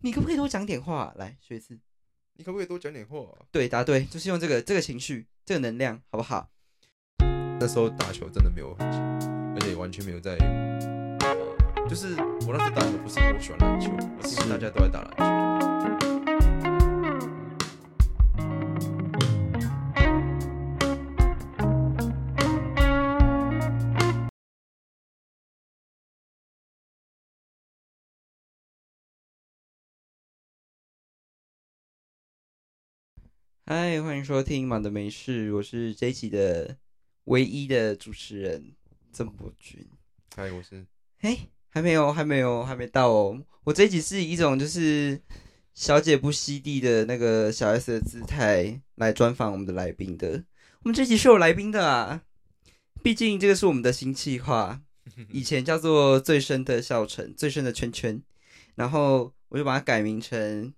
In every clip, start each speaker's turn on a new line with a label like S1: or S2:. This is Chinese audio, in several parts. S1: 你可不可以多讲点话？来学一次。
S2: 你可不可以多讲点话啊、
S1: 对，答对，就是用这个这个情绪，这个能量，好不好？
S2: 那时候打球真的没有很强，而且也完全没有在，呃就是我那时候打球不是我喜欢篮球，而是因为大家都在打篮球。
S1: 嗨，欢迎收听《马的没事》，我是这一期的唯一的主持人郑博君。
S2: 嗨，我是
S1: 嘿，还没有，还没有，还没到哦。我这一集是以一种就是小姐不吸地的那个小 S 的姿态来专访我们的来宾的。我们这集是有来宾的啊，毕竟这个是我们的新计划，以前叫做最深的笑城，最深的圈圈，然后我就把它改名成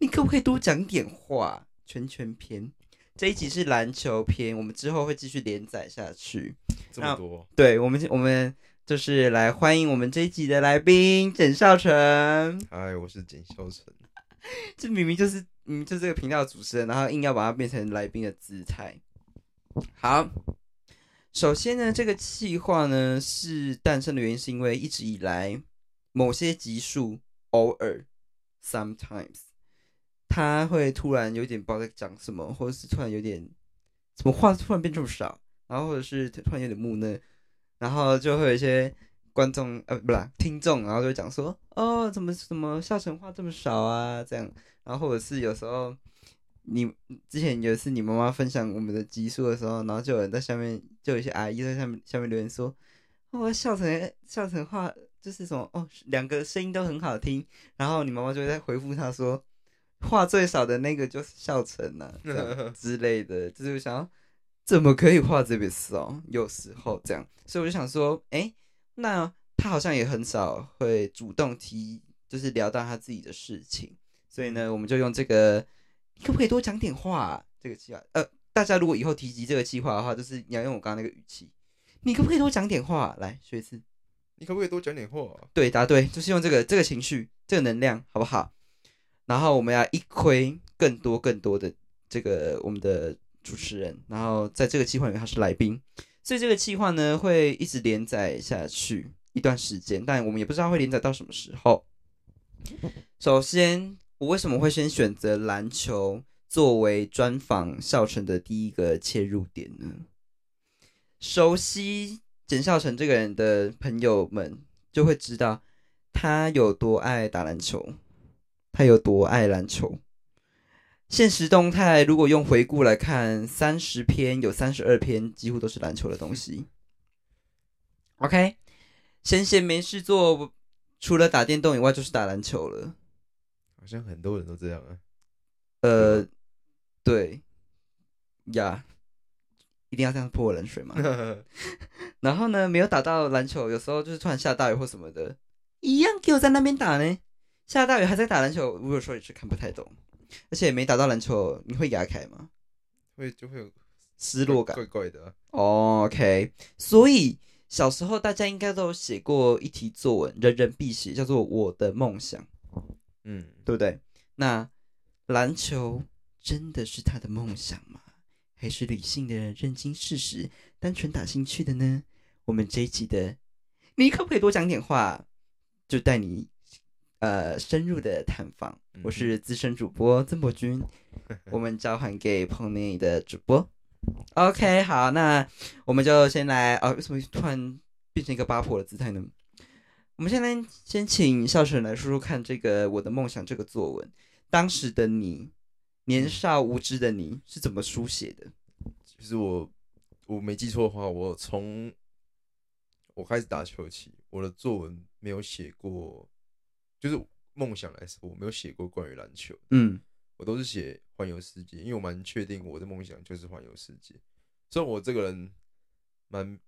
S1: 你可不可以多讲点话圈圈篇。这一集是篮球篇，我们之后会继续连载下去。
S2: 这么多，
S1: 对我们，我们就是来欢迎我们这一集的来宾简少成。
S2: 嗨，我是简孝成。
S1: 这明明就是，嗯，就是这个频道的主持人，然后硬要把它变成来宾的姿态。好，首先呢，这个企划呢是诞生的原因，是因为一直以来某些集数偶尔 sometimes，他会突然有点不知道在讲什么，或者是突然有点怎么话突然变这么少，然后或者是突然有点木讷，然后就会有一些观众呃不啦听众，然后就会讲说哦怎么怎么笑成话这么少啊这样，然后或者是有时候你之前有一次你妈妈分享我们的集数的时候，然后就有人在下面就有一些阿姨在下面下面留言说哦笑成笑成话就是什么哦两个声音都很好听，然后你妈妈就会在回复她说话最少的那个就是笑成啊这样 之类的，就是想要怎么可以画这边哦？有时候这样，所以我就想说，哎、那他好像也很少会主动提，就是聊到他自己的事情，所以呢，我们就用这个，你可不可以多讲点话啊、这个计划，呃，大家如果以后提及这个计划的话，就是你要用我刚刚那个语气，你可不可以多讲点话啊、来学一次？
S2: 你可不可以多讲点话啊、
S1: 对，答对，就是用这个这个情绪、这个能量，好不好？然后我们要一窥更多更多的这个我们的主持人，然后在这个计划里面他是来宾，所以这个计划呢会一直连载下去一段时间，但我们也不知道会连载到什么时候。首先，我为什么会先选择篮球作为专访校城的第一个切入点呢？熟悉简孝成这个人的朋友们就会知道他有多爱打篮球，他有多爱篮球。现实动态如果用回顾来看，三十篇有三十二篇几乎都是篮球的东西。OK，闲闲没事做，除了打电动以外就是打篮球了。
S2: 好像很多人都这样啊。
S1: 呃，对，呀、一定要这样泼我冷水吗？ 然后呢，没有打到篮球，有时候就是突然下大雨或什么的，一样给我在那边打呢。下大雨还在打篮球，我有时候也是看不太懂，而且没打到篮球，你会牙开吗？
S2: 会就会有
S1: 失落感。
S2: 怪怪的、啊。
S1: 哦 OK，所以小时候大家应该都有写过一题作文，人人必写，叫做“我的梦想”，
S2: 嗯，
S1: 对不对？那篮球真的是他的梦想吗？还是理性的人认清事实，单纯打兴趣的呢？我们这一集的，你可不可以多讲点话？就带你呃深入的探访。
S2: 嗯
S1: 我是资深主播曾博 君，我们交还给碰面的主播。OK，好，那我们就先来啊、为什么突然变成一个八婆的姿态呢？我们现在先请孝顺来说说看这个我的梦想这个作文，当时的你，年少无知的你是怎么书写的？
S2: 其实我我没记错的话，我从我开始打球起，我的作文没有写过，就是梦想来说，我没有写过关于篮球，
S1: 嗯
S2: 我都是写环游世界，因为我蛮确定我的梦想就是环游世界。虽然我这个人蛮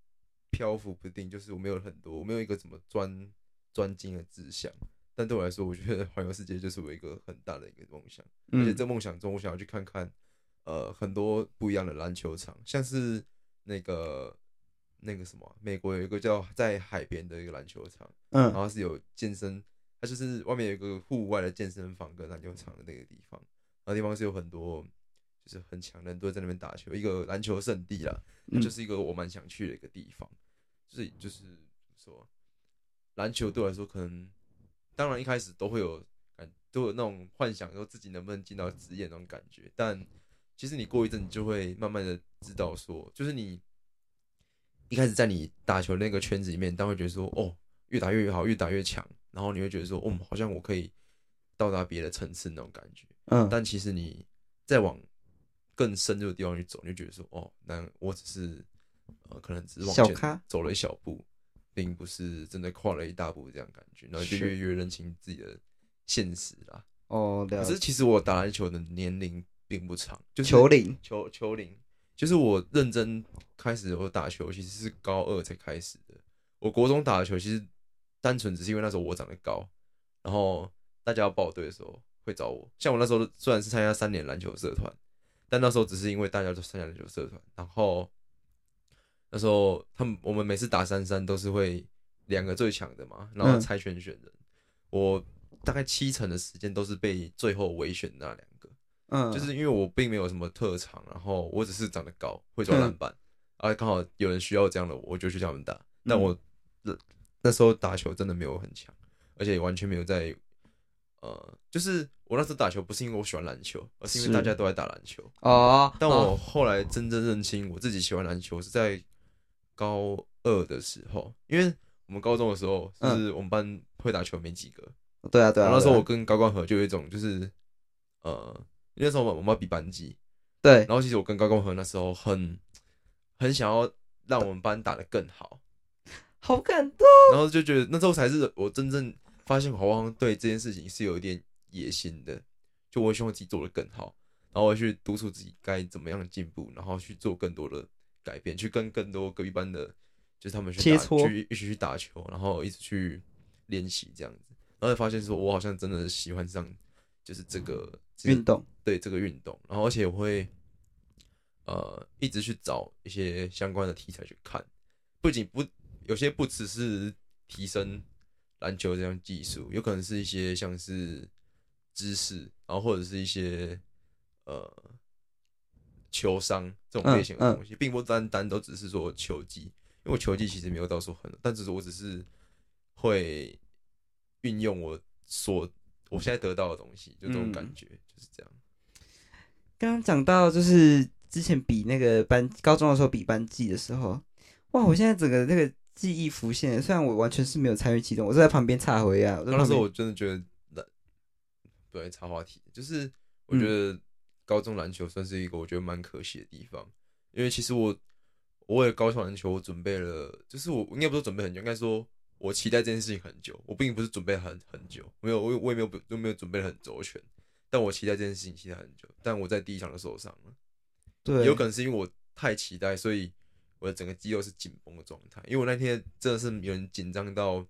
S2: 漂浮不定，就是我没有很多，我没有一个怎么专专精的志向，但对我来说，我觉得环游世界就是我一个很大的一个梦想。而且
S1: 嗯
S2: 这梦想中，我想要去看看，呃，很多不一样的篮球场，像是那个那个什么啊，美国有一个叫在海边的一个篮球场，然
S1: 嗯
S2: 后是有健身，它就是外面有一个户外的健身房跟篮球场的那个地方，那地方是有很多就是很强的人都会在那边打球，一个篮球圣地啦，那
S1: 嗯
S2: 就是一个我蛮想去的一个地方，就是就是怎么说篮球对我来说可能，当然一开始都会有感都有那种幻想，说自己能不能进到职业那种感觉，但其实你过一阵，你就会慢慢的知道说，就是你一开始在你打球那个圈子里面，但会觉得说，哦，越打越好，越打越强，然后你会觉得说，哦，好像我可以到达别的层次那种感觉。
S1: 嗯，
S2: 但其实你再往更深入的地方去走，你就觉得说，哦，那我只是呃，可能只是往
S1: 小
S2: 前
S1: 咖
S2: 走了一小步，并不是真的跨了一大步这样感觉，然后就是越越认清自己的现实啦。
S1: 哦，了
S2: 可
S1: 解
S2: 是其实我打篮球的年龄并不长，就是
S1: 球龄，
S2: 球球龄，就是我认真开始我打球，其实是高二才开始的。我国中打的球，其实单纯只是因为那时候我长得高，然后大家要报队的时候会找我。像我那时候虽然是参加三年篮球社团，但那时候只是因为大家都参加篮球社团，然后那时候他们我们每次打三三都是会两个最强的嘛，然后
S1: 嗯
S2: 猜拳选人。我大概七成的时间都是被最后围选的那两个。
S1: 嗯，
S2: 就是因为我并没有什么特长，然后我只是长得高，会抓
S1: 嗯
S2: 篮板，啊，刚好有人需要这样的我，我就去叫他们打。但
S1: 嗯
S2: 我、那那时候打球真的没有很强，而且完全没有在，呃，就是我那时候打球不是因为我喜欢篮球，而是因为
S1: 是
S2: 大家都在打篮球。
S1: 哦，
S2: 但
S1: 哦
S2: 我后来真正认清我自己喜欢篮球是在高二的时候，因为我们高中的时候，就是我们班会打球没几个，
S1: 对嗯啊对
S2: 然
S1: 啊，
S2: 后那时候
S1: 对
S2: 我
S1: 啊
S2: 跟高冠和就有一种就是，呃，因为那时候我们我们要比班级，
S1: 对
S2: 然后其实我跟高冠和那时候很很想要让我们班打得更好，
S1: 好感动，
S2: 然后就觉得那时候才是我真正发现我好像对这件事情是有一点野心的，就我希望自己做得更好，然后我去督促自己该怎么样进步，然后去做更多的改变，去跟更多隔壁班的，就是他们去
S1: 切
S2: 打
S1: 磋
S2: 去一起去打球，然后一直去练习这样子，然后才发现说我好像真的喜欢上就是这个
S1: 运动，
S2: 对这个运动，然后而且我会呃一直去找一些相关的题材去看，不仅不有些不只是提升篮球这项技术，有可能是一些像是知识，然后或者是一些呃球商这种类型的东西，并不单单都只是说球技，因为我球技其实没有到说很，但只是我只是会运用我所我现在得到的东西，就这种感觉、就是这样。
S1: 刚刚讲到就是之前比那个班高中的时候比班级的时候，哇，
S2: 嗯
S1: 我现在整个那个记忆浮现，虽然我完全是没有参与其中，我是在旁边插回啊，我在
S2: 哦那
S1: 旁
S2: 时候
S1: 边
S2: 我真的觉得篮，对，插话题，就是我觉得高中篮球算是一个我觉得蛮可惜的地方，因为其实我我为了高中篮球，我准备了，就是我应该不是准备很久，应该说我期待这件事情很久，我并不是准备很很久，没有，我也我也没有都没有准备得很周全，但我期待这件事情期待很久，但我在第一场就受伤了。
S1: 对，
S2: 有可能是因为我太期待，所以我的整个肌肉是紧绷的状态。因为我那天真的是有点紧张到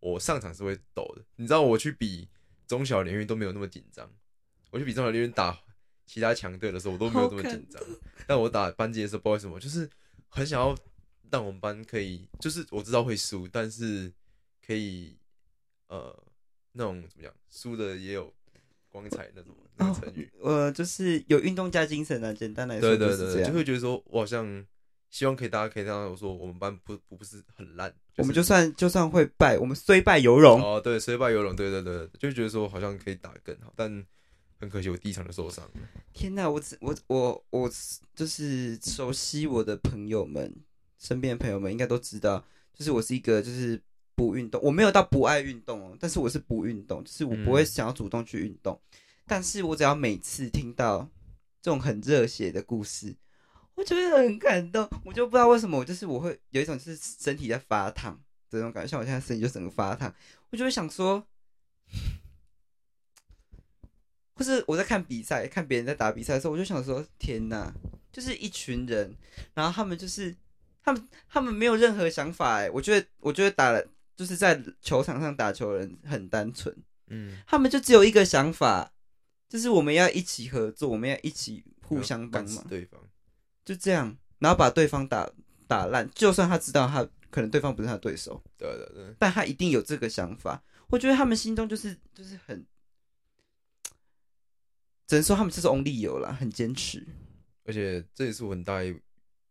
S2: 我上场是会抖的。你知道我去比中小联运都没有那么紧张，我去比中小联运打其他强队的时候我都没有那么紧张，但我打班级的时候不知道为什么，就是很想要让我们班可以，就是我知道会输，但是可以呃那种怎么讲，输的也有光彩那种那个成语。
S1: 呃，就是有运动加精神啊，简单来说
S2: 对
S1: 就是
S2: 对
S1: 这
S2: 对，
S1: 样
S2: 就。会觉得说，我好像希望可以，大家可以让我说，我们班不不不是很烂，
S1: 我们就算就算会败，我们虽败犹荣。
S2: 哦，对，虽败犹荣，对对对，就觉得说好像可以打得更好，但很可惜我第一场就受伤
S1: 嗯
S2: 了。
S1: 天哪，我只我我我就是熟悉我的朋友们，身边的朋友们应该都知道，就是我是一个就是不运动，我没有到不爱运动哦，但是我是不运动，就是我不会
S2: 嗯
S1: 想要主动去运动，但是我只要每次听到这种很热血的故事，我觉得很感动，我就不知道为什么，我就是我会有一种就是身体在发烫这种感觉，像我现在身体就整个发烫，我就会想说，或是我在看比赛，看别人在打比赛的时候，我就想说，天哪，就是一群人，然后他们就是他们他们没有任何想法哎，我觉得我觉得打了就是在球场上打球的人很单纯，
S2: 嗯，
S1: 他们就只有一个想法，就是我们要一起合作，我们要一起互相帮
S2: 干死
S1: 忙，
S2: 对方。
S1: 就这样，然后把对方打打烂，就算他知道他可能对方不是他的对手，
S2: 对对对，啊
S1: 但他一定有这个想法。我觉得他们心中就是就是很，只能说他们就是 only 有啦，很坚持。
S2: 而且这也是我很大一，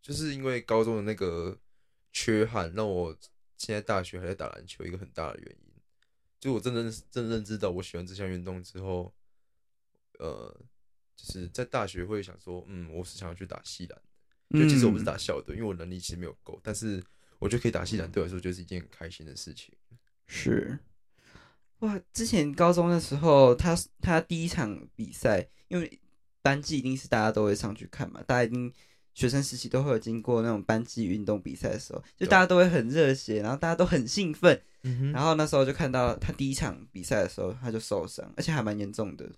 S2: 就是因为高中的那个缺憾，让我现在大学还在打篮球一个很大的原因。就我真正真认知到我喜欢这项运动之后，呃，就是在大学会想说，嗯，我是想要去打系篮的。就其实我不
S1: 嗯
S2: 是打校队，因为我能力其实没有够，但是我觉得可以打系篮，对我来说就是一件很开心的事情。
S1: 是，哇！之前高中的时候，他他第一场比赛，因为班级一定是大家都会上去看嘛，大家一定学生时期都会有经过那种班级运动比赛的时候，就
S2: 对
S1: 大家都会很热血，然后大家都很兴奋。
S2: 嗯哼
S1: 然后那时候就看到他第一场比赛的时候，他就受伤，而且还蛮严重的。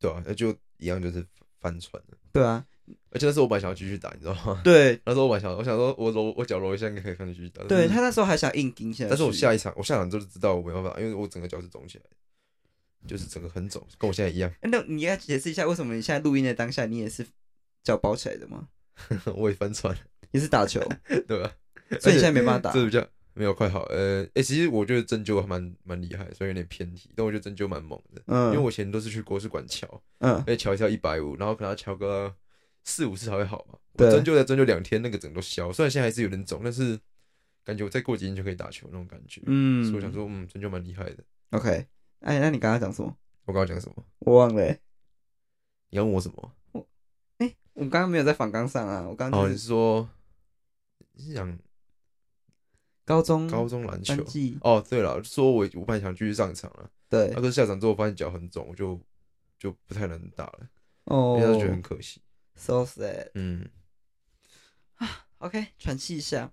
S2: 对啊，那就一样就是翻船了。
S1: 对啊，
S2: 而且那时候我本来想要继续打，你知道吗？
S1: 对
S2: 那时候我本来想，我想说我揉我脚揉一下应该可以看继续打。但
S1: 对，
S2: 是
S1: 他那时候还想硬盯下去，
S2: 嗯但是我下一场，我下场就是知道我没办法，因为我整个脚是肿起来的，就是整个很肿，跟我现在一样。
S1: 哎那你要解释一下，为什么你现在录音的当下，你也是脚包起来的吗？
S2: 我也翻船，
S1: 也是打球，
S2: 对吧？
S1: 所以你现在没办法打。
S2: 这比较没有快好。呃，哎、其实我觉得针灸还蛮蛮厉害，虽然有点偏题，但我觉得针灸蛮猛的，因
S1: 嗯，
S2: 为我以哎前都是去国术馆敲，
S1: 嗯
S2: 而且敲一下一百五，然后可能要敲个四五次才会好嘛。
S1: 对
S2: 我针灸才针灸两天，那个整个都消，虽然现在还是有点肿，但是感觉我再过几天就可以打球那种感觉。
S1: 嗯，
S2: 所以我想说，嗯，针灸蛮厉害的。
S1: OK，哎，那你刚刚讲什么？
S2: 我刚刚讲什么？
S1: 我忘了欸、
S2: 你要问我什么？
S1: 我刚刚没有在反纲上啊，我刚
S2: 哦，
S1: 刚就
S2: 你
S1: 是
S2: 是说你是讲
S1: 高中
S2: 高中篮球
S1: 班？嗯级，
S2: 哦，对了，说我我本来想继续上场了，
S1: 对
S2: 那可是下场之后发现脚很肿，我就就不太能打了，
S1: 哦
S2: 因为他觉得很可惜。
S1: ，so sad。
S2: 嗯，
S1: OK，喘气一下，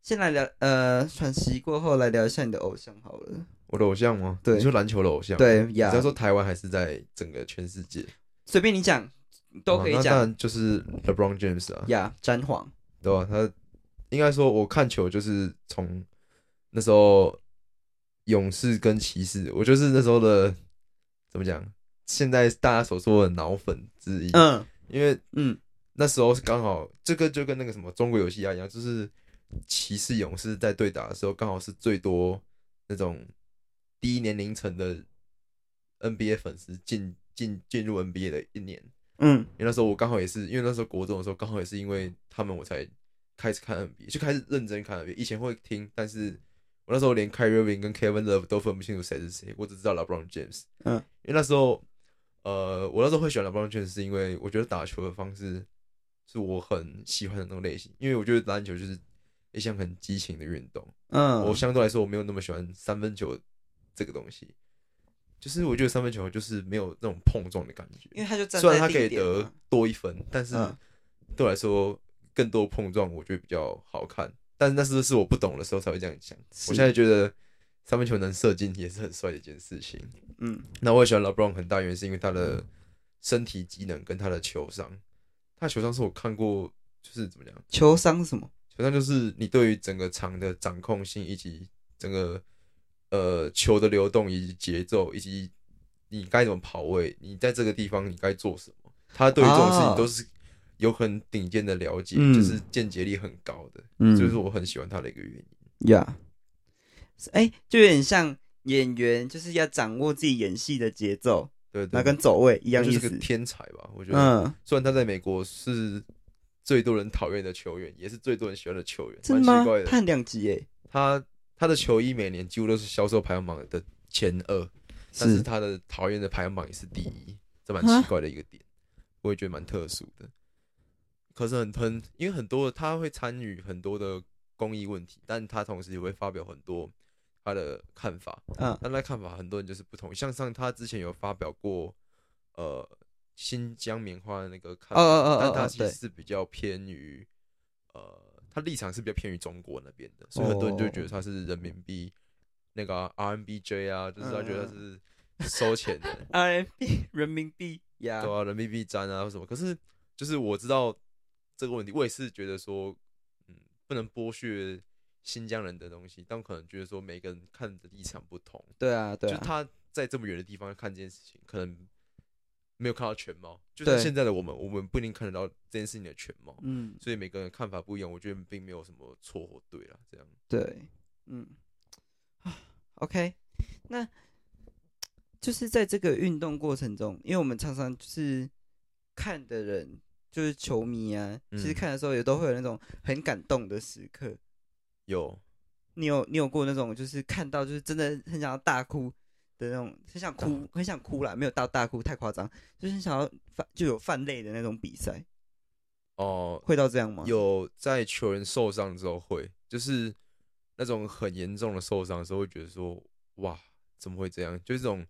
S1: 先来聊呃，喘息过后来聊一下你的偶像好了。
S2: 我的偶像吗？
S1: 对
S2: 你说篮球的偶像？，
S1: 对啊
S2: 只
S1: 呀，
S2: 要说台湾还是在整个全世界
S1: 随便你讲，都可
S2: 哦
S1: 以
S2: 那当
S1: 讲
S2: 然就是 LeBron James 啊，
S1: 呀。詹皇，
S2: 对吧？他应该说，我看球就是从那时候勇士跟骑士，我就是那时候的怎么讲？现在大家所说的脑粉之一。
S1: 嗯
S2: 因为
S1: 嗯，
S2: 那时候是刚好这个就跟那个什么中国游戏啊一样，就是骑士勇士在对打的时候，刚好是最多那种低年龄层的 NBA 粉丝进进进入 NBA 的一年。
S1: 嗯
S2: 因为那时候我刚好也是，因为那时候国中的时候，刚好也是因为他们我才开始看 NBA，就开始认真看 NBA。以前会听，但是我那时候连 k y r i e Irving 跟 Kevin Love 都分不清楚谁是谁，我只知道 LeBron James。
S1: 嗯，
S2: 因为那时候，呃，我那时候会选 LeBron James 是因为我觉得打球的方式是我很喜欢的那种类型，因为我觉得篮球就是一项很激情的运动。
S1: 嗯，
S2: 我相对来说我没有那么喜欢三分球这个东西，就是我觉得三分球就是没有那种碰撞的感觉。
S1: 因为他就站
S2: 虽然
S1: 在
S2: 他可
S1: 定
S2: 以
S1: 点
S2: 得
S1: 嘛，
S2: 多一分，但是
S1: 嗯
S2: 对我来说更多碰撞，我觉得比较好看。但是那是是我不懂的时候才会这样想。我
S1: 是
S2: 现在觉得三分球能射进也是很帅的一件事情。
S1: 嗯
S2: 那我也喜欢 LeBron 很大原因是因为他的身体机能跟他的球商，他的球商是我看过就是怎么讲，
S1: 球商是什么？
S2: 球商就是你对于整个场的掌控性以及整个呃球的流动以及节奏以及你该怎么跑位，你在这个地方你该做什么，他对于这种事
S1: 哦
S2: 情都是有很顶尖的了解，
S1: 嗯
S2: 就是见解力很高的，
S1: 嗯
S2: 这就是我很喜欢他的一个原因。
S1: 呀，哎、就有点像演员，就是要掌握自己演戏的节奏，
S2: 对对，
S1: 那跟走位一
S2: 他
S1: 样
S2: 就
S1: 意
S2: 是
S1: 思
S2: 个。天才吧，我觉得。
S1: 嗯，
S2: 虽然他在美国是最多人讨厌的球员，也是最多人喜欢的球员，
S1: 真
S2: 蛮
S1: 的吗
S2: 奇怪？的。
S1: 判两级耶，
S2: 他他的球衣每年几乎都是销售排行榜的前二，但是他的讨厌的排行榜也是第一，这蛮奇怪的一个点，我也觉得蛮特殊的。可是很很，因为很多的他会参与很多的公益问题，但他同时也会发表很多他的看法。
S1: 嗯
S2: 但他看法很多人就是不同，像上他之前有发表过，呃，新疆棉花的那个看
S1: 哦
S2: 法，
S1: 哦哦
S2: 但
S1: 哦
S2: 他
S1: 哦
S2: 其
S1: 对
S2: 实是比较偏于，呃，他立场是比较偏于中国那边的，所以很多人就
S1: 哦
S2: 觉得他是人民币那个啊 RMBJ 啊，就是他觉得他
S1: 嗯
S2: 是收钱 的，
S1: ，RMB 人民币呀
S2: 对，啊，人民币沾啊或什么。可是就是我知道这个问题，我也是觉得说，嗯，不能剥削新疆人的东西，但我可能觉得说每个人看的立场不同。
S1: 对啊，对
S2: 就
S1: 啊，
S2: 他在这么远的地方看这件事情，可能没有看到全貌。就像
S1: 对
S2: 现在的我们，我们不一定看得到这件事情的全貌，
S1: 嗯，
S2: 所以每个人看法不一样，我觉得并没有什么错或对啦。这样，
S1: 对，嗯，啊 OK，那就是在这个运动过程中，因为我们常常就是看的人，就是球迷啊，其实
S2: 嗯
S1: 看的时候也都会有那种很感动的时刻。
S2: 有，
S1: 你有你有过那种就是看到就是真的很想要大哭的那种，很想哭，很想哭啦，没有到大哭太夸张，就是很想要泛就有泛泪的那种比赛，
S2: 哦、
S1: 会到这样吗？，
S2: 有在球员受伤之后会，就是那种很严重的受伤的时候，会觉得说，哇，怎么会这样？就是这种，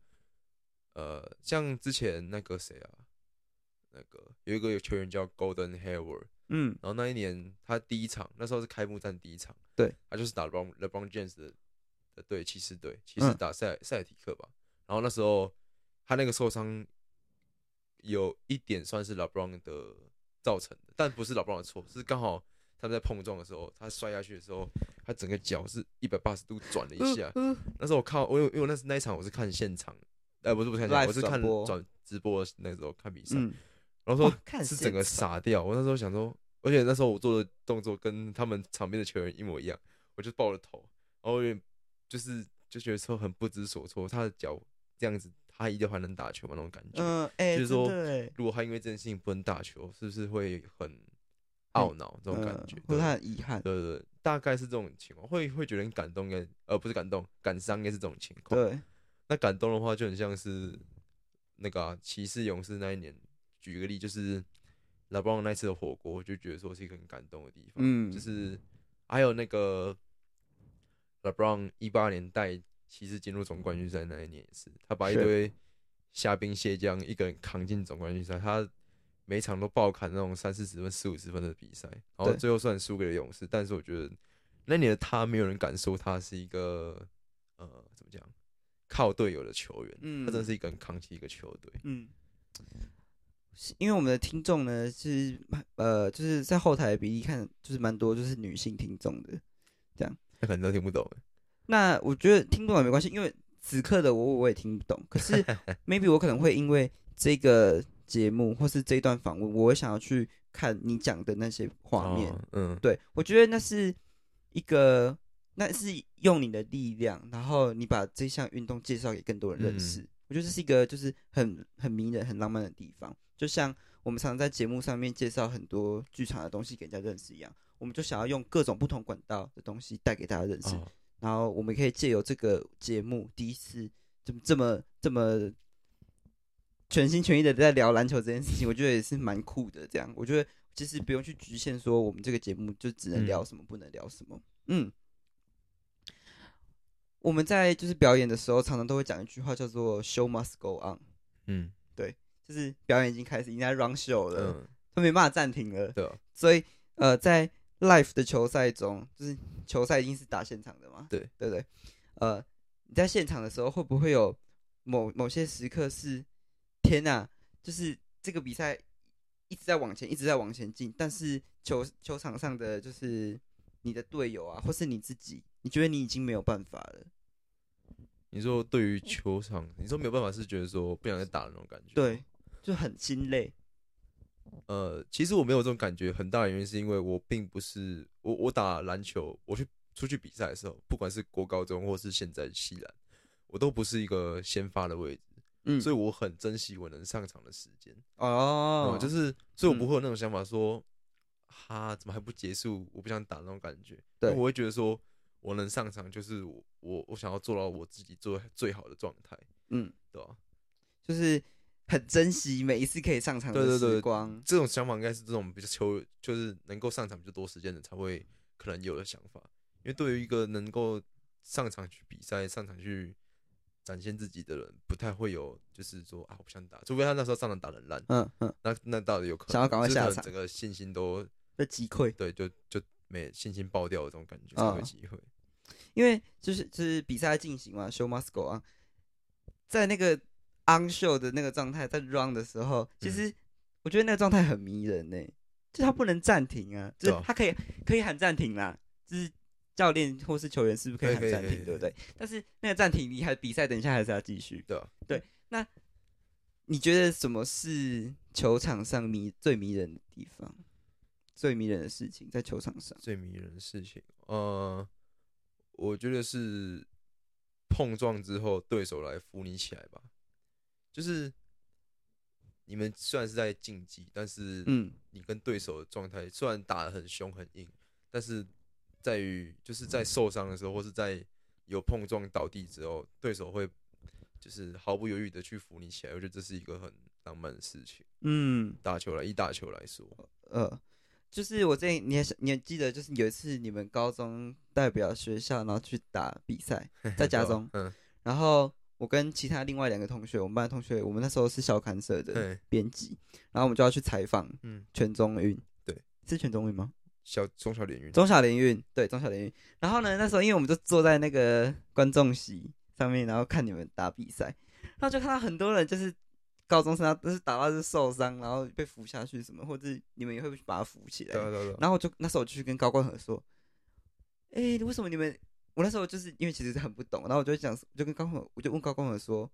S2: 呃，像之前那个谁啊，那个有一个球员叫 Golden Hayward，
S1: 嗯，
S2: 然后那一年他第一场，那时候是开幕战第一场，
S1: 对，
S2: 他就是打 LeBron LeBron James 的的队，骑士队，骑士
S1: 嗯
S2: 打塞塞尔提克吧。然后那时候他那个受伤有一点算是 LeBron 的造成的，但不是 LeBron 的错，是刚好他们在碰撞的时候，他摔下去的时候，他整个脚是一百八十度转了一下。
S1: 嗯
S2: 那时候我靠，我有因为我那时那一场我是看现场，呃，不是不是看现场，
S1: Live
S2: 我是看
S1: 转播
S2: 转直播的那时候看比赛，
S1: 嗯，
S2: 然后说
S1: 哇看
S2: 是
S1: 现
S2: 整个
S1: 场
S2: 傻掉。我那时候想说，而且那时候我做的动作跟他们场边的球员一模一样，我就抱了头，然后我有点就是就觉得说很不知所措。他的脚这样子，他依旧还能打球吗？那种感觉。
S1: 嗯，哎、
S2: 就是
S1: 真
S2: 说
S1: 的哎
S2: 如果他因为这件事情不能打球，是不是会很懊恼这种感觉？
S1: 嗯嗯或者他
S2: 对
S1: 很遗憾，
S2: 对对对，大概是这种情况，会会觉得很感动，应该呃不是感动，感伤应该是这种情况。
S1: 对，
S2: 那感动的话，就很像是那个啊骑、士勇士那一年，举个例，就是拉布朗那次的火锅，我就觉得说是一个很感动的地方。
S1: 嗯
S2: 就是还有那个拉布朗一八年带骑士进入总冠军赛那一年也是，他把一
S1: 是
S2: 堆虾兵蟹将一个人扛进总冠军赛，他每一场都爆砍那种三四十分、四五十分的比赛，然后
S1: 对
S2: 最后虽然输给了勇士，但是我觉得那年的他没有人敢说他是一个呃怎么讲靠队友的球员，
S1: 嗯
S2: 他真的是一个人扛起一个球队，
S1: 嗯，是因为我们的听众呢是呃，就是在后台的比例看，就是蛮多就是女性听众的。
S2: 他可能都听不懂。
S1: 那我觉得听不懂也没关系，因为此刻的我我也听不懂。可 是 maybe 我可能会因为这个节目或是这一段访问，我会想要去看你讲的那些画面。
S2: 哦嗯，
S1: 对我觉得那是一个，那是用你的力量，然后你把这项运动介绍给更多人认识。我觉得这是一个就是很很迷人、很浪漫的地方，就像我们常常在节目上面介绍很多剧场的东西给人家认识一样，我们就想要用各种不同管道的东西带给大家认识。
S2: 哦
S1: 然后我们可以借由这个节目第一次这么这么这么全心全意的在聊篮球这件事情，我觉得也是蛮酷的。这样，我觉得其实不用去局限说我们这个节目就只能
S2: 嗯
S1: 聊什么，不能聊什么。嗯，我们在就是表演的时候，常常都会讲一句话叫做 “show must go on”，
S2: 嗯
S1: 就是表演已经开始，已经在 run show 了，
S2: 嗯，
S1: 他、没办法暂停了。
S2: 对啊
S1: 所以呃，在 live 的球赛中，就是球赛一定是打现场的嘛，
S2: 对
S1: 对不对？呃，你在现场的时候，会不会有某某些时刻是天哪，就是这个比赛一直在往前，一直在往前进，但是球球场上的就是你的队友啊，或是你自己，你觉得你已经没有办法了？
S2: 你说对于球场，你说没有办法，是觉得说不想再打的那种感觉。
S1: 对，就很心累。
S2: 呃，其实我没有这种感觉，很大的原因是因为我并不是我我打篮球，我去出去比赛的时候，不管是国高中或是现在西篮，我都不是一个先发的位置，
S1: 嗯，
S2: 所
S1: 以
S2: 以我很珍惜我能上场的时间。
S1: 哦嗯
S2: 哦，，就是，所以我不会有那种想法说，哈，怎么还不结束？我不想打那种感觉。
S1: 对
S2: 因为我会觉得说，我能上场就是我我我想要做到我自己做最好的状态，
S1: 嗯，
S2: 对吧、
S1: 就是很珍惜每一次可以上场
S2: 对
S1: 的
S2: 对对
S1: 时光。
S2: 这种想法应该是这种比较求，就是能够上场比较多时间的才会可能有的想法。因为对于一个能够上场去比赛、上场去展现自己的人，不太会有就是说啊，我不想打，除非他那时候上场打得很烂，
S1: 嗯嗯，
S2: 那那到底有可能
S1: 想要赶快
S2: 就是可
S1: 下
S2: 能
S1: 场
S2: 整个信心都
S1: 被击溃。
S2: 对，就就没信心爆掉的这种感觉才会有
S1: 嗯
S2: 机会。
S1: 因为就是就是比赛在进行嘛，show must go on，在那个 on show 的那个状态，在 run 的时候，其
S2: 嗯
S1: 实我觉得那个状态很迷人呢、就他不能暂停啊，就
S2: 对
S1: 是
S2: 啊
S1: 他可以可以喊暂停啦，就是教练或是球员是不是可以
S2: 对
S1: 喊
S2: 可以
S1: 暂
S2: 可以
S1: 停，对不对？但是那个暂停，你还比赛，等一下还是要继续。
S2: 对啊
S1: 你觉得什么是球场上迷最迷人的地方？最迷人的事情在球场上，
S2: 最迷人的事情，呃，我觉得是碰撞之后，对手来扶你起来吧。就是你们虽然是在竞技，但是
S1: 嗯，
S2: 你跟对手的状态虽然打得很凶很硬，但是在于就是在受伤的时候，或是在有碰撞倒地之后，对手会就是毫不犹豫的去扶你起来。我觉得这是一个很浪漫的事情。
S1: 嗯，
S2: 打球来，以打球来说，，
S1: 呃，就是我这你还是你还记得，就是有一次你们高中代表学校，然后去打比赛，在家中
S2: 嗯，
S1: 然后我跟其他另外两个同学，我们班的同学，我们那时候是校刊社的
S2: 对，
S1: 编辑，然后我们就要去采访
S2: 嗯，
S1: 全中运，
S2: 对，
S1: 是全中运吗？
S2: 小中小联运，
S1: 中小联运，对，中小联运。然后呢，那时候因为我们就坐在那个观众席上面，然后看你们打比赛，然后就看到很多人就是高中生，啊都是打到是受伤，然后被扶下去什么，或者你们也会把他扶起来
S2: 对。啊对啊对啊，
S1: 然后我就那时候我就去跟高冠和说，哎、为什么你们？我那时候就是因为其实很不懂，然后我就讲，我就跟高冠和，我就问高冠和说，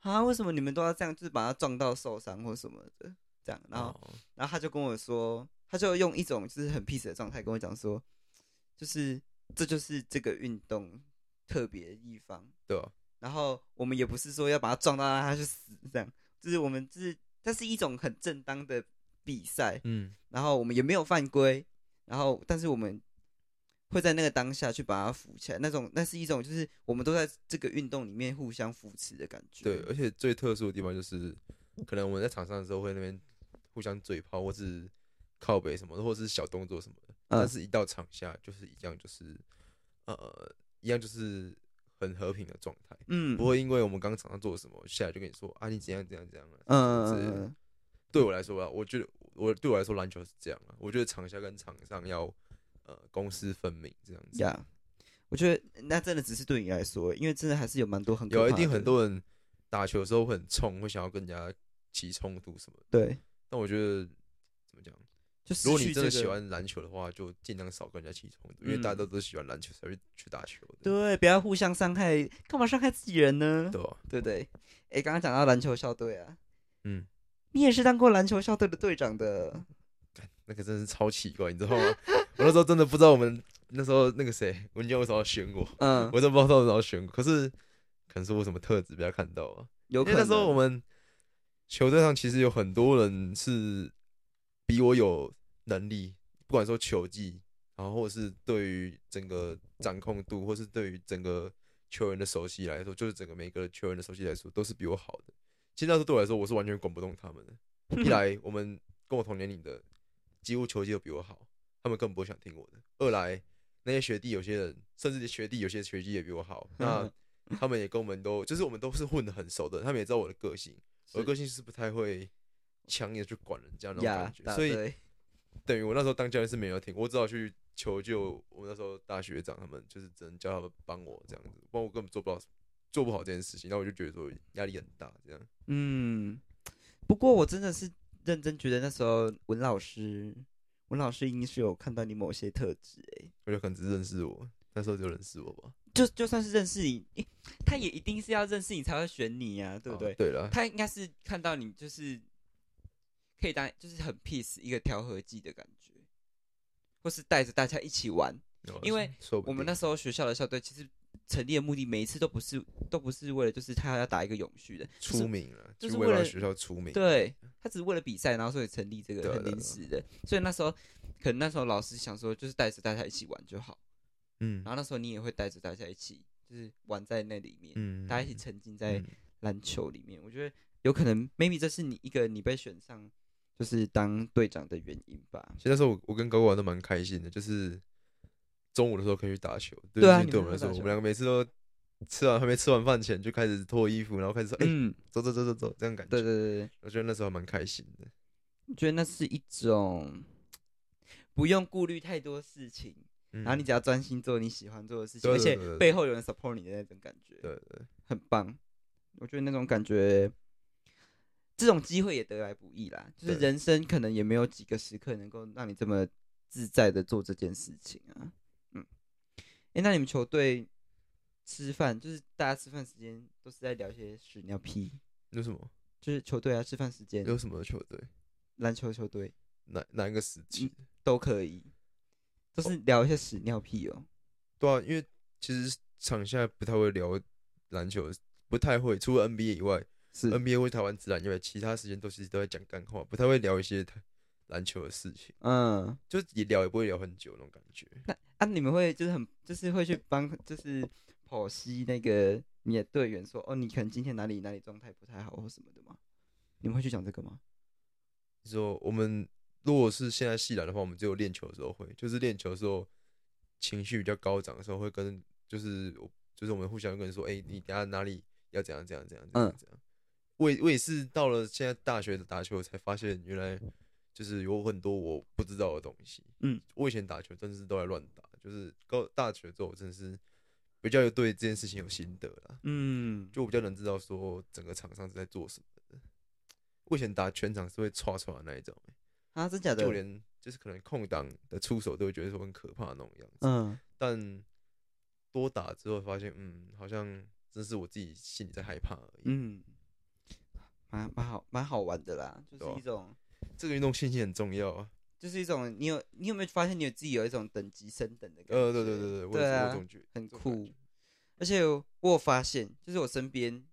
S1: 啊，为什么你们都要这样，就是把他撞到受伤或什么的，这样，然后
S2: 哦
S1: 然后他就跟我说，他就用一种就是很 peace 的状态跟我讲说，就是这就是这个运动特别的地方。
S2: 对啊，
S1: 然后我们也不是说要把他撞到让他去死，这样，就是我们就是它是一种很正当的比赛，
S2: 嗯，
S1: 然后我们也没有犯规，然后但是我们会在那个当下去把他扶起来，那种那是一种就是我们都在这个运动里面互相扶持的感觉。
S2: 对，而且最特殊的地方就是，可能我们在场上的时候会那边互相嘴炮，或是靠北什么的，或是小动作什么的，但是一到场下就是一样，就是呃，一样就是很和平的状态，
S1: 嗯，
S2: 不会因为我们刚场上做了什么，下来就跟你说啊，你怎样怎样怎样了。
S1: 嗯，
S2: 之类
S1: 嗯
S2: 的
S1: 嗯嗯
S2: 对我来说啊，我觉得我对我来说篮球是这样啊，我觉得场下跟场上要呃公私分明这样子。
S1: 呀我觉得那真的只是对你来说，因为真的还是有蛮多很可
S2: 有一
S1: 怕
S2: 定
S1: 的
S2: 很多人打球的时候会很冲，会想要跟人家起冲突什么的。
S1: 对，
S2: 但我觉得怎么讲，
S1: 就失
S2: 如果
S1: 去
S2: 你真的
S1: 这个
S2: 喜，欢篮球的话，就尽量少跟人家起冲突，因为
S1: 嗯
S2: 大家都都喜欢篮球才会去打球的。
S1: 对，啊不要互相伤害，干嘛伤害自己人呢？
S2: 对啊吧？
S1: 对不对？哎，刚刚讲到篮球校队啊，
S2: 嗯，
S1: 你也是当过篮球校队的队长的，
S2: 那个真的是超奇怪，你知道吗？ 我那时候真的不知道我们那时候那个谁文娟为什么要选我，
S1: 嗯，
S2: 我真的不知道为什么要选我，可是可能是我什么特质被他看到啊。
S1: 有
S2: 因
S1: 可
S2: 为
S1: 能
S2: 那时候我们球队上其实有很多人是比我有能力，不管说球技，然后或者是对于整个掌控度，或是对于整个球员的熟悉来说，就是整个每个球员的熟悉来说，都是比我好的。其实那时候对我来说，我是完全管不动他们的。 一来，我们跟我同年龄的几乎球技都比我好，他们根本不会想听我的；二来，那些学弟有些人，甚至学弟有些学弟也比 我好，那他们也跟我们都，就是我们都是混得很熟的，他们也知道我的个性，我的个性是不太会强硬的去管人家那种
S1: 呀
S2: 感，觉，
S1: 答
S2: 所以
S1: 对
S2: 等于我那时候当教练是没有听，我只好去求救我那时候大学长他们，就是只能叫他们帮我这样子，不然我根本做不到，做不好这件事情，那我就觉得说压力很大，这样，
S1: 嗯，不过我真的是认真觉得那时候文老师，文老师一定是有看到你某些特质，哎，
S2: 我就可能只认识我，那时候就认识我吧，
S1: 就就算是认识你，诶他也一定是要认识你才会选你呀、对不
S2: 哦
S1: 对？
S2: 对了，
S1: 他应该是看到你就是可以当就是很 peace 一个调和剂的感觉，或是带着大家一起玩。
S2: 哦
S1: 因为
S2: 说不
S1: 我们
S2: 定
S1: 那时候学校的校队其实成立的目的，每一次都不是都不是为了就是他要打一个永续的，就是
S2: 出名了，
S1: 就是
S2: 就为
S1: 为
S2: 了
S1: 了
S2: 学校出名，
S1: 对他只是为了比赛，然后所以成立这
S2: 对
S1: 个
S2: 啊
S1: 很
S2: 对啊
S1: 临时的。所以那时候可能那时候老师想说，就是带着大家一起玩就好。
S2: 嗯，
S1: 然后那时候你也会带着大家一起，就是玩在那里面，
S2: 嗯，
S1: 大家一起沉浸在
S2: 嗯
S1: 篮球里面，我觉得有可能，maybe 这是你一个你被选上就是当队长的原因吧。
S2: 其实那时候我我跟高高玩都蛮开心的，就是中午的时候可以去打球。
S1: 对啊
S2: 就是
S1: 你
S2: 对我
S1: 们
S2: 们
S1: 都
S2: 来说，
S1: 打
S2: 我
S1: 球
S2: 们两个每次都吃完还没吃完饭前就开始脱衣服，然后开始说：“哎、
S1: 嗯，
S2: 走走走走走。”这样感觉，
S1: 对对对对，
S2: 我觉得那时候还蛮开心的。
S1: 我觉得那是一种不用顾虑太多事情，
S2: 嗯
S1: 然后你只要专心做你喜欢做的事情，
S2: 对
S1: 而且
S2: 对对对
S1: 背后有人 support 你的那种感觉，
S2: 对对对
S1: 很棒。我觉得那种感觉，这种机会也得来不易啦。就是
S2: 对
S1: 人生可能也没有几个时刻能够让你这么自在的做这件事情啊。嗯，哎、那你们球队吃饭，就是大家吃饭时间都是在聊些屎尿屁，
S2: 有什么
S1: 就是球队啊，吃饭时间，
S2: 有什么球队
S1: 篮球球队
S2: 哪哪一个时期？
S1: 都可以，都是聊一些屎尿屁哦。
S2: 对啊，因为其实场下不太会聊篮球不太会，除了 NBA 以外
S1: 是
S2: ，NBA 会台湾自然以外，其他时间都是都在讲干话，不太会聊一些台篮球的事情，
S1: 嗯，
S2: 就也聊也不会聊很久那种感觉。
S1: 啊，你们会就是很就是会去帮就是剖析那个你的队员说哦，你可能今天哪里哪里状态不太好或什么的吗？你们会去讲这个吗？
S2: 说我们如果是现在系篮的话，我们只有练球的时候会，就是练球的时候情绪比较高涨的时候，会跟就是我就是我们互相会跟人说，哎、你等下哪里要怎样怎样怎样怎样
S1: 嗯
S2: 怎样。我也我也是到了现在大学打球才发现，原来就是有很多我不知道的东西。
S1: 嗯，
S2: 我以前打球真的是都在乱打，就是高大学之后我真的是比较有对这件事情有心得啦。
S1: 嗯，
S2: 就我比较能知道说整个场上是在做什么的。我以前打全场是会刷刷的那一种、欸
S1: 啊，真假的
S2: 就？连就是可能空档的出手都会觉得说很可怕的那种样子。
S1: 嗯，
S2: 但多打之后发现，嗯，好像真是我自己心里在害怕而已。
S1: 嗯，蛮蛮好，蛮好玩的啦，就
S2: 对啊
S1: 是一种，
S2: 这个运动信心很重要啊。
S1: 就是一种，你有你有没有发现你有自己有一种等级升等的感觉？
S2: 呃，对对对对，我也是有这
S1: 啊，
S2: 种觉得，
S1: 很
S2: 这种感
S1: 酷
S2: 觉。
S1: 而且我有发现，就是我身边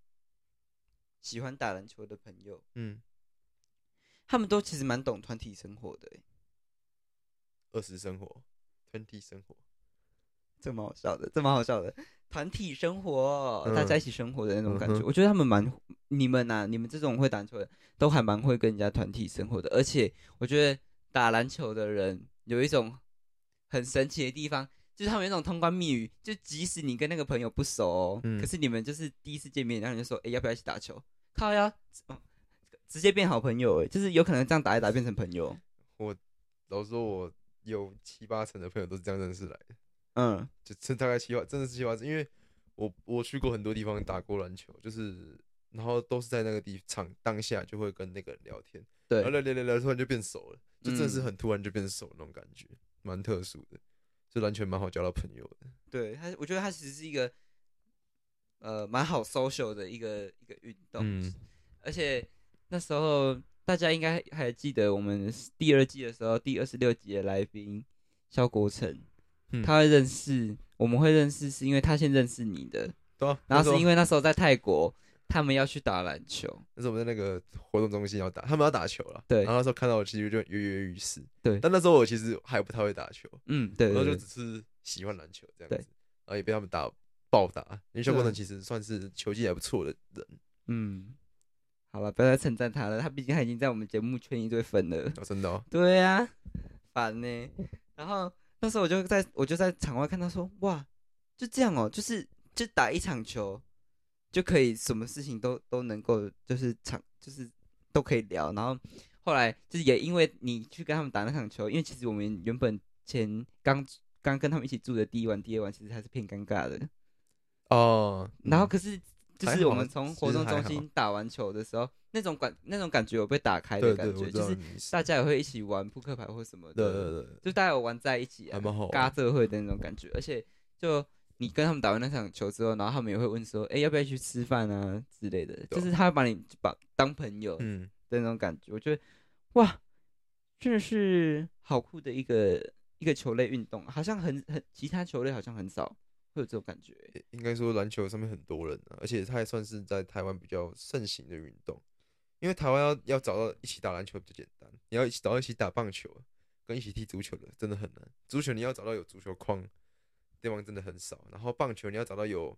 S1: 喜欢打篮球的朋友，
S2: 嗯，
S1: 他们都其实蛮懂团体生活的、欸，
S2: 二十生活，团体生活，
S1: 这蛮好笑的，这蛮好笑的。团体生活，大家
S2: 嗯
S1: 一起生活的那种感觉，
S2: 嗯哼
S1: 我觉得他们蛮，你们呐、你们这种会打篮球的，都还蛮会跟人家团体生活的。而且我觉得打篮球的人有一种很神奇的地方，就是他们有一种通关密语，就即使你跟那个朋友不熟、哦，
S2: 嗯
S1: 可是你们就是第一次见面，然后你就说，哎、要不要一起打球？靠呀，哦直接变好朋友、哎，就是有可能这样打一打变成朋友。
S2: 老实说，我有七八成的朋友都是这样认识来的，
S1: 嗯
S2: 就真大概七八，真的是七八成，因为我我去过很多地方打过篮球，就是然后都是在那个地场当下就会跟那个人聊天。
S1: 对
S2: 然后，聊聊聊聊，突然就变熟了，就真的是
S1: 嗯
S2: 很突然就变熟那种感觉，蛮特殊的，就完全蛮好交到朋友的。
S1: 对他，我觉得他其实是一个呃蛮好 social 的一个一个运动，
S2: 嗯
S1: 而且那时候大家应该还记得我们第二季的时候，第二十六集的来宾肖国成，
S2: 嗯
S1: 他会认识，我们会认识是因为他先认识你的，
S2: 对啊，
S1: 然后是因
S2: 为
S1: 为那时候在泰国，他们要去打篮球，
S2: 那时候我们在那个活动中心要打，他们要打球了，
S1: 对
S2: 然后那时候看到我，其实就跃跃欲试，
S1: 对
S2: 但那时候我其实还不太会打球，
S1: 嗯，对
S2: 然
S1: 对
S2: 后就
S1: 对
S2: 只是喜欢篮球这样子，
S1: 对
S2: 然后也被他们打暴打，因为肖国
S1: 对啊
S2: 成其实算是球技还不错的人，
S1: 嗯，好了，不要再称赞他了，他毕竟他已经在我们节目圈一堆粉了。
S2: 哦，真的哦，
S1: 对呀、啊，烦呢、然后那时候我就在我就在场外看他说，哇，就这样哦，就是就打一场球就可以什么事情都都能够就是场就是都可以聊。然后后来就是也因为你去跟他们打那场球，因为其实我们原本前刚刚跟他们一起住的第一晚、第二晚其实还是偏尴尬的。
S2: 哦，
S1: 然后
S2: 嗯
S1: 可是就
S2: 还
S1: 是我
S2: 好啊
S1: 们从
S2: 其
S1: 活
S2: 实
S1: 动
S2: 还
S1: 中
S2: 好
S1: 心打完球的时候，那种感那种感觉有被打开的
S2: 对
S1: 感
S2: 对，
S1: 觉，
S2: 我知
S1: 就
S2: 道
S1: 是
S2: 你意思，
S1: 大家也会一起玩扑克牌或什么
S2: 对
S1: 的，
S2: 对对，
S1: 就大家有玩在一起啊
S2: 还，蛮好玩
S1: 嘎这会的那种感觉。而且就你跟他们打完那场球之后，然后他们也会问说，哎、要不要去吃饭啊之类的，
S2: 对啊
S1: 就是他会把你把当朋友的
S2: 嗯，
S1: 那种感觉。我觉得哇，真的是好酷的一个一个球类运动，好像很很其他球类好像很少会有这种感觉。
S2: 应该说篮球上面很多人啊，而且它还算是在台湾比较盛行的运动，因为台湾要要找到一起打篮球比较简单，你要一起找到一起打棒球跟一起踢足球的真的很难。足球你要找到有足球框，地方真的很少。然后棒球你要找到有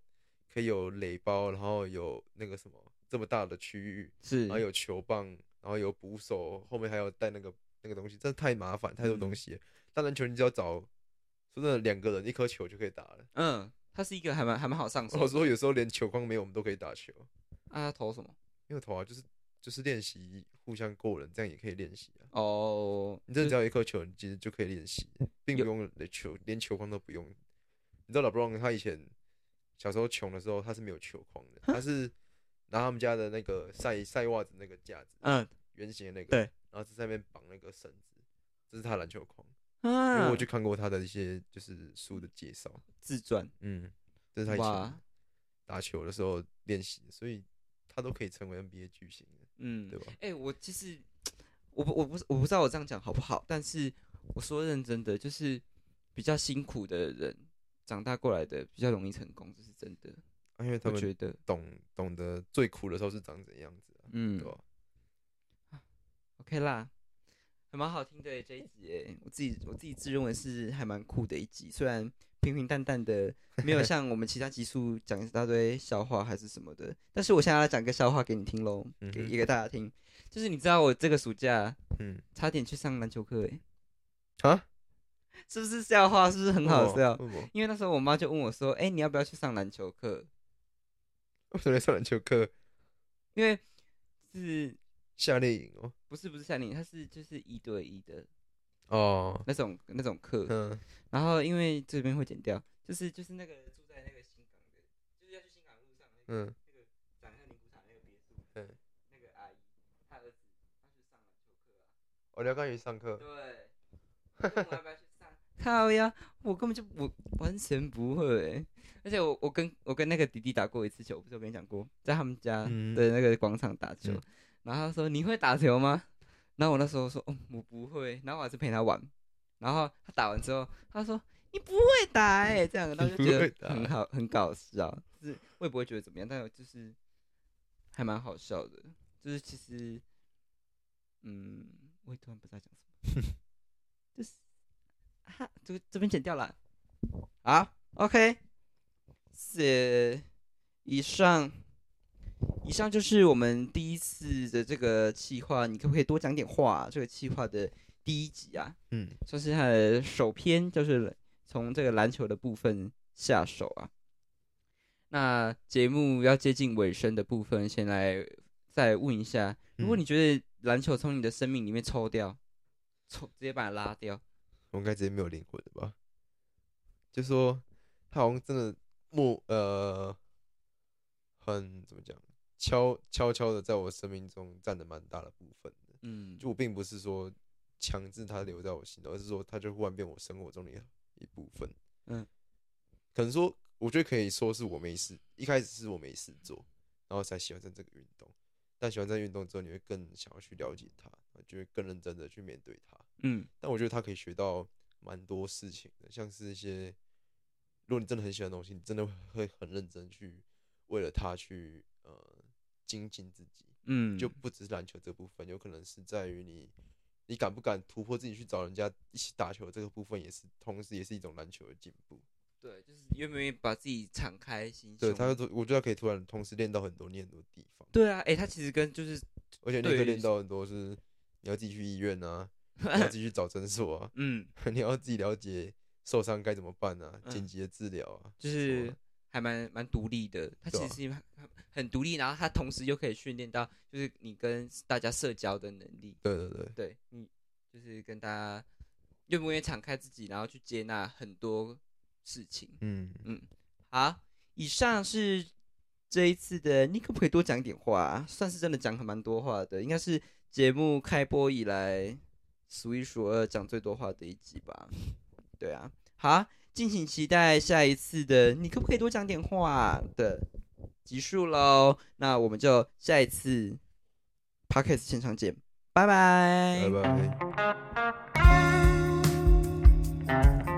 S2: 可以有垒包，然后有那个什么这么大的区域，
S1: 是
S2: 然后有球棒，然后有捕手，后面还有带那个那个东西，真的太麻烦，太多
S1: 嗯
S2: 东西了。但篮球你只要找，说真的，两个人一颗球就可以打了。
S1: 嗯，它是一个还蛮还蛮好上手
S2: 我
S1: 的。
S2: 说有时候连球框没有，我们都可以打球。
S1: 啊，他投什么？
S2: 因为投啊，就是就是练习互相过人，这样也可以练习啊。
S1: 哦，
S2: 你这
S1: 就
S2: 只要有一颗球，你其实就可以练习，并不
S1: 有
S2: 用连球连球框都不用。你知道老布朗他以前小时候穷的时候，他是没有球框的，他是拿他们家的那个晒晒袜子那个架子，
S1: 嗯
S2: 圆形的那个，
S1: 对
S2: 然后在上面绑那个绳子，这是他篮球框。因为
S1: 啊
S2: 我去看过他的一些就是书的介绍，
S1: 自传。
S2: 嗯，这是他以
S1: 哇
S2: 前打球的时候练习的，所以他都可以成为 NBA 巨星的，
S1: 嗯
S2: 对，吧？
S1: 哎、我其实我不我不我不知道我这样讲好不好，但是我说认真的，就是比较辛苦的人长大过来的比较容易成功，这是真的。
S2: 哎、因为他
S1: 我
S2: 们
S1: 觉得，
S2: 懂懂得最苦的时候是长怎样子啊、
S1: 嗯啊
S2: 对吧？
S1: ，OK 啦，还蛮好听的欸耶这一集耶，我自己我自己自认为是还蛮酷的一集，虽然平平淡淡的，没有像我们其他集数讲一大堆笑话还是什么的，但是我现在要讲个笑话给你听喽，给
S2: 嗯哼
S1: 也给大家听，就是你知道我这个暑假
S2: 嗯，
S1: 差点去上篮球课，哎，
S2: 啊，哦
S1: 是不是笑话？是不是很好笑？
S2: 为什么？
S1: 因为那时候我妈就问我说：“哎、你要不要去上篮球课
S2: 为什么要上篮球课？？”
S1: 因为是
S2: 夏令营哦，
S1: 不是不是夏令营，它是就是一对一的
S2: 哦，
S1: 那种那种课。
S2: 嗯，
S1: 然后因为这边会剪掉，就是就是那个住在那个新港的，就是要去新港路上那个
S2: 嗯，
S1: 长得像尼古塔那个别墅，
S2: 嗯，
S1: 那个阿姨她儿子他去上篮球课啊。
S2: 我哦聊关于上 课，
S1: 对，她问我要不要去上？靠呀，我根本就我完全不会欸、而且我我跟我跟那个弟弟打过一次球，不是我跟你讲过，在他们家
S2: 嗯
S1: 的那个广场打球，
S2: 嗯
S1: 然后他说你会打球吗？然后我那时候说哦我不会，然后我还是陪他玩，然后他打完之后他说你不会打哎、欸，这样，然后就
S2: 你不会
S1: 觉
S2: 打
S1: 得很好很搞笑，就是我也不会觉得怎么样，但我就是还蛮好笑的，就是其实嗯，我也突然不知道讲什么， 就是啊这这边剪掉了啊，OK，是以上。以上就是我们第一次的这个企划，你可不可以多讲点话啊、这个企划的第一集啊，
S2: 嗯，
S1: 算是它的首篇，就是从这个篮球的部分下手啊。那节目要接近尾声的部分，先来再问一下，如果
S2: 嗯
S1: 你觉得篮球从你的生命里面抽掉，抽直接把它拉掉，
S2: 我应该直接没有灵魂了吧？就说他好像真的默呃，很怎么讲，悄悄悄的在我生命中占了蛮大的部分的。
S1: 嗯，
S2: 就我并不是说强制他留在我心中，而是说他就忽然变我生活中的一部分。
S1: 嗯，
S2: 可能说我觉得可以说是我没事，一开始是我没事做，然后才喜欢上这个运动。但喜欢上运动之后，你会更想要去了解它，就会更认真的去面对它。
S1: 嗯
S2: 但我觉得他可以学到蛮多事情的，像是一些，如果你真的很喜欢的东西，你真的会很认真去为了它去呃精进自己，
S1: 嗯，
S2: 就不只是篮球这部分，有可能是在于你你敢不敢突破自己去找人家一起打球这个部分，也是同时也是一种篮球的进步。
S1: 对，就是愿不愿意把自己敞开心胸？
S2: 对，他就我觉得他可以突然同时练到很多，你很多地方，
S1: 对啊，诶，他其实跟就是
S2: 而且你可以
S1: 对
S2: 练到很多是你要自己去医院 啊，你要自己去找诊所啊，
S1: 嗯，
S2: 你要自己了解受伤该怎么办啊，
S1: 嗯
S2: 紧急的治疗啊，
S1: 就
S2: 什么
S1: 是
S2: 的
S1: 还蛮蛮独立的。他其
S2: 对啊
S1: 实是很很独立，然后他同时又可以训练到，就是你跟大家社交的能力。
S2: 对对对，
S1: 对你就是跟大家愿不愿意敞开自己，然后去接纳很多事情。
S2: 嗯，
S1: 好，以上是这一次的，你可不可以多讲一点话、啊？算是真的讲很蛮多话的，应该是节目开播以来数一数二讲最多话的一集吧。对啊，好，敬请期待下一次的，你可不可以多讲点话、的集数喽？那我们就下一次 podcast 现场见，拜拜
S2: 拜拜。
S1: 拜